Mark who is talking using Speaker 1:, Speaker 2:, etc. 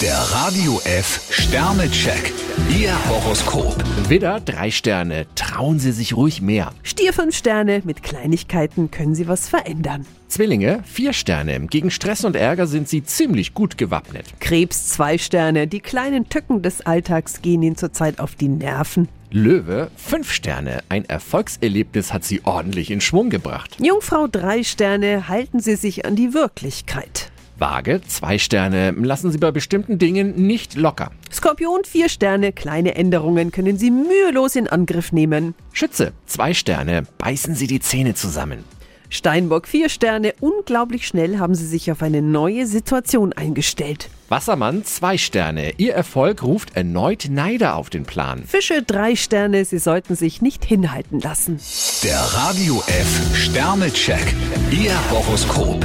Speaker 1: Der Radio F Sternecheck. Ihr Horoskop.
Speaker 2: Widder, drei Sterne. Trauen Sie sich ruhig mehr.
Speaker 3: Stier 5 Sterne, mit Kleinigkeiten können Sie was verändern.
Speaker 2: Zwillinge, vier Sterne. Gegen Stress und Ärger sind Sie ziemlich gut gewappnet.
Speaker 3: Krebs 2 Sterne, die kleinen Tücken des Alltags gehen Ihnen zurzeit auf die Nerven.
Speaker 2: Löwe, fünf Sterne. Ein Erfolgserlebnis hat Sie ordentlich in Schwung gebracht.
Speaker 3: Jungfrau 3 Sterne, halten Sie sich an die Wirklichkeit.
Speaker 2: Waage, zwei Sterne. Lassen Sie bei bestimmten Dingen nicht locker.
Speaker 3: Skorpion 4 Sterne, kleine Änderungen können Sie mühelos in Angriff nehmen.
Speaker 2: Schütze, zwei Sterne. Beißen Sie die Zähne zusammen.
Speaker 3: Steinbock 4 Sterne, unglaublich schnell haben Sie sich auf eine neue Situation eingestellt.
Speaker 2: Wassermann, zwei Sterne. Ihr Erfolg ruft erneut Neider auf den Plan.
Speaker 3: Fische 3 Sterne, Sie sollten sich nicht hinhalten lassen.
Speaker 1: Der Radio F Sternecheck. Ihr Horoskop.